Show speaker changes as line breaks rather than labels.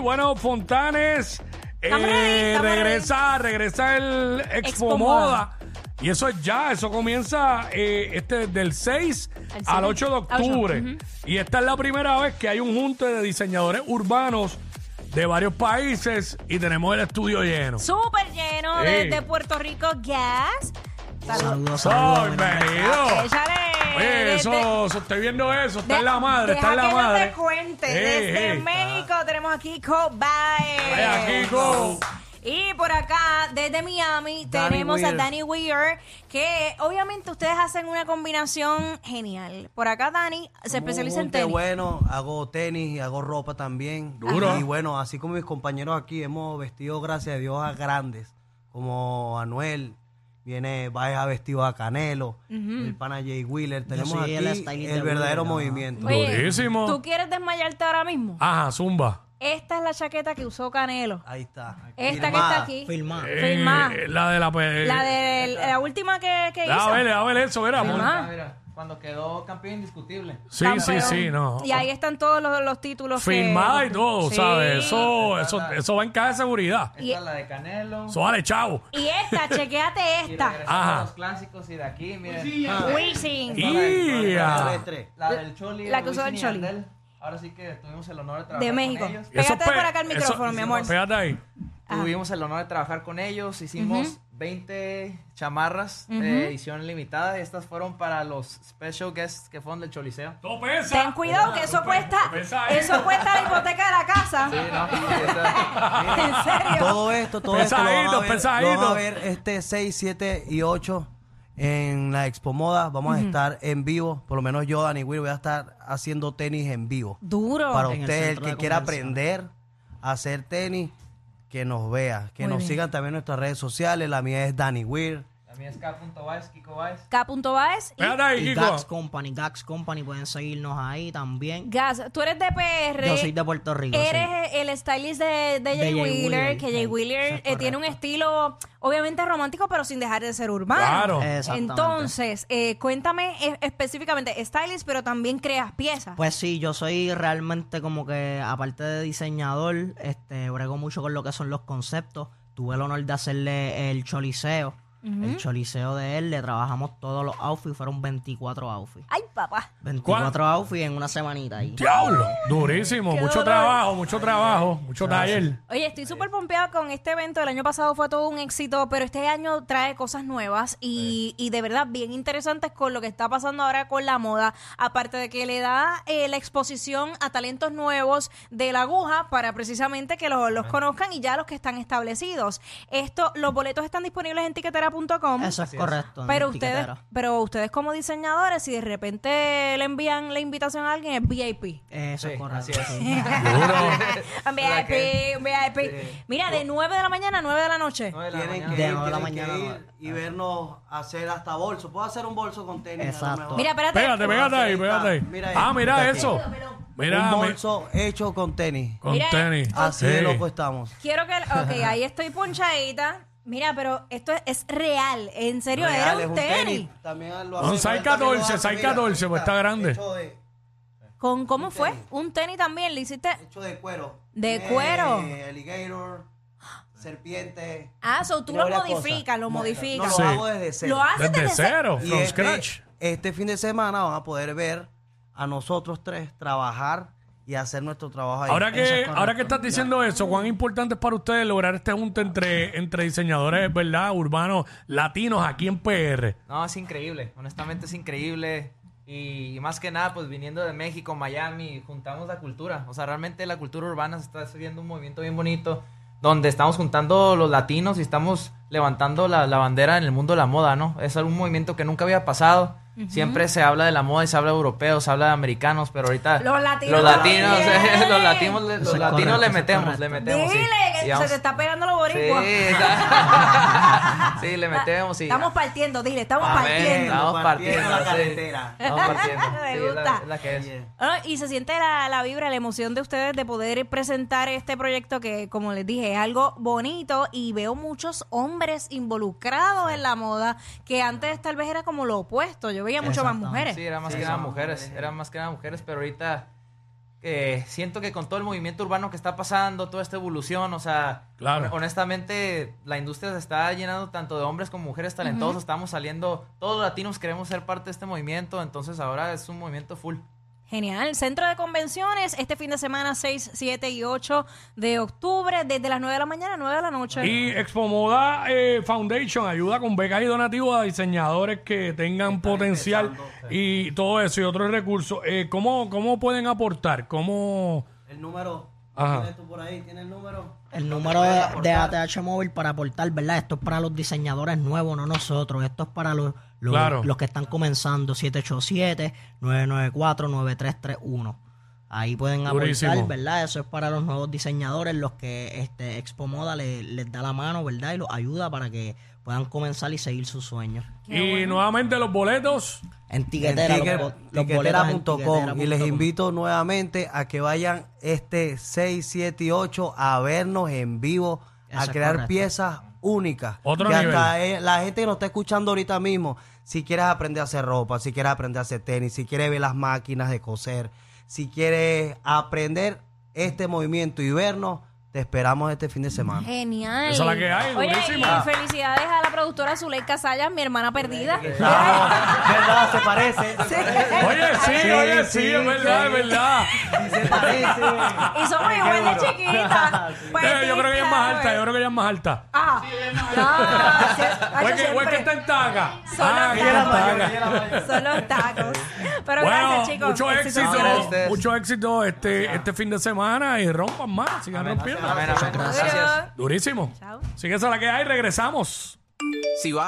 bueno, Fontanes. eh,
Estamos ready, estamos ready.
regresa, regresa el Expo,
Expo
Moda. Y eso es ya, eso comienza eh, este del 6
Al
al 8
siete.
de
Ocho,
octubre.
ujú.
Y esta es la primera vez que hay un junte de diseñadores urbanos de varios países y tenemos el estudio lleno.
Súper lleno
Sí.
desde Puerto Rico Gas. Saludos.
Saludos, saludos. buenos días.
¡Bienvenido!
Échale.
Oye,
Desde-
eso, eso, estoy viendo eso, está
de-
en la madre, está
deja
en la
que
madre. Eh, Ah.
No te cuente. este
Ey,
desde
ey.
México tenemos a Kiko Baez.
Vaya, Kiko.
Y por acá, desde Miami,
Danny
tenemos
Weir.
a Danny Weir, que obviamente ustedes hacen una combinación genial. Por acá, Danny
Oh,
se especializa en
Monte
tenis.
bueno, hago tenis y hago ropa también.
Duro.
Y bueno, así como mis compañeros aquí, hemos vestido, gracias a Dios, a grandes. Como Anuel, viene, Baez ha vestido a Canelo, el pana Jay Wheeler. Tenemos
soy
aquí
el
el,
stylist de Wheeler, ¿no?
verdadero movimiento.
Oye,
Durísimo. Ah.
¿Tú quieres desmayarte ahora mismo?
Ajá, Zumba.
Esta es la chaqueta que usó Canelo.
Ah.
Ahí está.
Esta que
Firmada.
está aquí.
Filmar.
Eh,
Firmá.
la de la... pe-
La de la última que, que hizo.
A ver, a ver eso, mira, amor.
Firmá.
Ah, mira, cuando quedó campeón indiscutible.
Sí, sí,
Campeón.
sí, no.
Y ahí están todos los, los títulos. que-
Firmada y todo,
Sí.
¿sabes? Eso, eso, eso va en caja de seguridad.
Esta
Y-
es la de Canelo.
Eso vale, chavo.
Y esta, chequéate
y
esta.
regresamos
Ajá.
a los clásicos y de aquí, miren. Ah.
Wisin.
Y-
La
Ya.
de tres.
La del Choli.
La que usó el
Wisin y
Choli.
Yandel. Ahora sí que tuvimos el honor de trabajar
De
con
México.
ellos.
Pégate
Eso pe-
por acá el
eso-
micrófono, mi amor.
Pégate ahí.
Ah.
Tuvimos el honor de trabajar con ellos. Hicimos 20 chamarras de edición limitada. Estas fueron para los special guests que fueron del Choliseo.
Todo pesa.
Ten cuidado que eso cuesta,
Pesa ahí.
eso cuesta la hipoteca de la casa.
Sí, ¿no? Sí, o sea, sí.
En serio.
Todo esto, todo esto. Lo van
Pesaditos,
a ver,
pesaditos.
lo van a ver este 6, 7 y 8 en la Expo Moda. Vamos a estar en vivo. Por lo menos yo, Dani Will, voy a estar haciendo tenis en vivo.
Duro.
Para
En el
usted, el
centro
que
de
quiera
convenciones.
aprender a hacer tenis, que nos vea. Que
Muy
nos
bien.
sigan también en nuestras redes sociales. La mía es Dani Weir.
La mía es K.Vice, Kiko Vice.
K.Baez y
Pégate ahí,
Y
Kiko.
Gax Company, Gax Company, pueden seguirnos ahí también.
Gas. Tú eres de PR.
Yo soy de Puerto Rico.
Eres
sí.
el stylist de, de
De
Jay
Jay
Wheeler,
Wheeler,
que Jay
sí,
Wheeler
eso es
eh, tiene un
correcto.
estilo obviamente romántico, pero sin dejar de ser urbano.
Claro.
Exactamente.
Entonces, eh, cuéntame eh, específicamente, stylist, pero también creas piezas.
Pues sí, yo soy realmente como que, aparte de diseñador, este, brego mucho con lo que son los conceptos. Tuve el honor de hacerle el choliseo. El choliseo de él, le trabajamos todos los outfits, fueron 24 outfits.
Ay, papá.
24 outfits en una semanita ahí.
Diablo. Durísimo.
Qué
Mucho
dolor.
trabajo, mucho trabajo, mucho taller.
Oye, estoy súper pompeada con este evento. El año pasado fue todo un éxito, pero este año trae cosas nuevas y, y de verdad bien interesantes con lo que está pasando ahora con la moda. Aparte de que le da eh, la exposición a talentos nuevos de la aguja para precisamente que los, los conozcan y ya los que están establecidos. Esto, los boletos están disponibles en tiquetera.com.
Eso es correcto. en
Pero ustedes,
etiquetera.
pero ustedes como diseñadores, si de repente le envían la invitación a alguien, es VIP.
Eso
Sí,
es correcto.
así es.
sí.
Un VIP, un VIP. Mira, de 9 de la mañana a 9 de la noche.
Nueve de la
Tienen
mañana.
que,
De
ir,
nuevo la
tienen que
mañana.
ir y vernos hacer hasta bolso. Puedo hacer un bolso con tenis. a lo
Exacto.
mejor.
Mira, espérate.
Pégate, pégate ahí, pégate ahí.
Mira ahí.
Ah, mira
Mira
eso.
un
Mira, mi-
bolso hecho con tenis.
con
Mira,
tenis.
Así
Sí.
de loco estamos.
Quiero que. Ok, ahí estoy ponchadita. Mira, pero esto es, es real. En serio,
Real,
era
es
un tenis.
También lo
Un
hacemos,
size
él también lo
14,
hace,
size
mira,
14, pues, está grande.
Hecho de,
¿Con, ¿Cómo fue? Un tenis también. Le hiciste.
hecho de cuero.
¿De
Tiene
cuero?
Alligator, serpiente.
Ah, so tú
Tiene
lo
varias
modificas,
cosas.
lo
No, No,
modificas.
lo
Sí.
hago desde cero.
Lo haces
Desde cero,
Y
from
este,
scratch.
Este fin de semana van a poder ver a nosotros tres trabajar y hacer nuestro trabajo ahí.
Ahora
Eso es
que,
correcto.
ahora que estás diciendo eso, ¿cuán importante es para ustedes lograr este junte entre, entre diseñadores, ¿verdad? Urbanos, latinos aquí en PR.
No, es increíble, honestamente es increíble. Y, y más que nada, pues viniendo de México, Miami, juntamos la cultura. O sea, realmente la cultura urbana se está haciendo un movimiento bien bonito, donde estamos juntando los latinos y estamos levantando la, la bandera en el mundo de la moda, ¿no? Es un movimiento que nunca había pasado. Siempre se habla de la moda y se habla de europeos, se habla de americanos, pero ahorita
Los latinos
los latinos,
también.
los latinos, le-
Eso
los
es correcto,
latinos le
eso es
metemos,
correcto.
le metemos. sí.
Dile
Y
que se
vamos-
te está pegando los
Sí,
boricuas.
está- sí, le metemos y
Estamos partiendo, dile, estamos
A ver,
partiendo.
estamos
Partiendo la
partiendo, sí.
carretera.
Estamos partiendo.
Me
Sí, es la-
gusta.
es la que es.
Ah, y se siente la, la vibra, la emoción de ustedes de poder presentar este proyecto que, como les dije, es algo bonito y veo muchos hombres involucrados en la moda que antes tal vez era como lo opuesto. Yo veía mucho más
Exactamente.
mujeres.
Sí, era más que nada mujeres, eran más que nada mujeres, pero ahorita eh, siento que con todo el movimiento urbano que está pasando, toda esta evolución, o sea,
Claro.
hon- honestamente la industria se está llenando tanto de hombres como mujeres talentosos, estamos saliendo, todos los latinos queremos ser parte de este movimiento, entonces ahora es un movimiento full.
Genial. Centro de Convenciones este fin de semana 6, 7 y 8 de octubre, desde las 9 de la mañana a 9 de la noche.
Y Expo Moda eh, Foundation ayuda con becas y donativos a diseñadores que tengan potencial y todo eso y otros recursos. Eh, ¿cómo, ¿Cómo pueden aportar? ¿Cómo...?
El número.
Ajá.
¿Tienes tú por ahí? ¿Tienes el número?
El número de, de ATH móvil para aportar, ¿verdad? Esto es para los diseñadores nuevos, no nosotros. Esto es para los, los,
Claro.
los que están comenzando. 787-994-9331. Ahí pueden aportar,
Durísimo.
¿verdad? Eso es para los nuevos diseñadores, los que este, Expo Moda le- les da la mano, ¿verdad? Y los ayuda para que puedan comenzar y seguir sus sueños.
Y nuevamente los boletos.
En tiquetera, los bo- los boletos en
Tiquetera.com. Y les
tiquetera.com.
invito nuevamente a que vayan este 6, 7 y 8 a vernos en vivo,
Eso
a
es
crear
correcto.
piezas únicas.
Otro
que
nivel.
hasta eh, la gente que nos está escuchando ahorita mismo, si quieres aprender a hacer ropa, si quieres aprender a hacer tenis, si quieres ver las máquinas de coser, si quieres aprender este movimiento y vernos, te esperamos este fin de semana.
Genial.
Esa es la que hay,
Oye,
durísima.
y felicidades a la productora Zuleika Sayas, mi hermana perdida.
Ah, ¿Verdad? ¿Se parece?
Oye, sí, oye, sí,
sí,
es verdad,
sí.
es verdad.
Sí, se parece.
Y somos igual de chiquitas. Pues
Eh, yo creo que ella es más alta, yo creo que ella es más alta.
Ah, ah, sí, ay,
O es que, o
yo
es que
siempre-
está en taca.
Son
Ah,
las
que está en
tagas.
taca.
Son los tacos. Pero
Bueno,
gracias, chicos.
mucho
Éxito.
éxito,
Gracias a ustedes.
mucho éxito este, este fin de semana y rompan más, sigan rompiendo.
Amén, amén.
Adiós.
Durísimo.
Chao.
Así que esa es la que hay, regresamos.
Si vas